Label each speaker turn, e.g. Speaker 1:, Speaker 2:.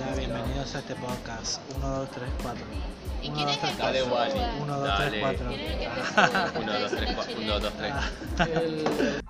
Speaker 1: escuchas este podcast. 1, 2, 3, 4.
Speaker 2: ¿Y
Speaker 1: 1,
Speaker 2: quién
Speaker 1: 2,
Speaker 2: es este?
Speaker 1: 3,
Speaker 2: el
Speaker 1: 4.
Speaker 2: que
Speaker 3: Dale, Wally.
Speaker 2: suba?
Speaker 1: 1, 2, 3,
Speaker 3: Dale.
Speaker 1: 4.
Speaker 2: ¿Quién es el que empezó?
Speaker 3: 1, 2, 3, 4. 1, 2, 3.
Speaker 1: Ah.
Speaker 2: Chilena.
Speaker 1: El-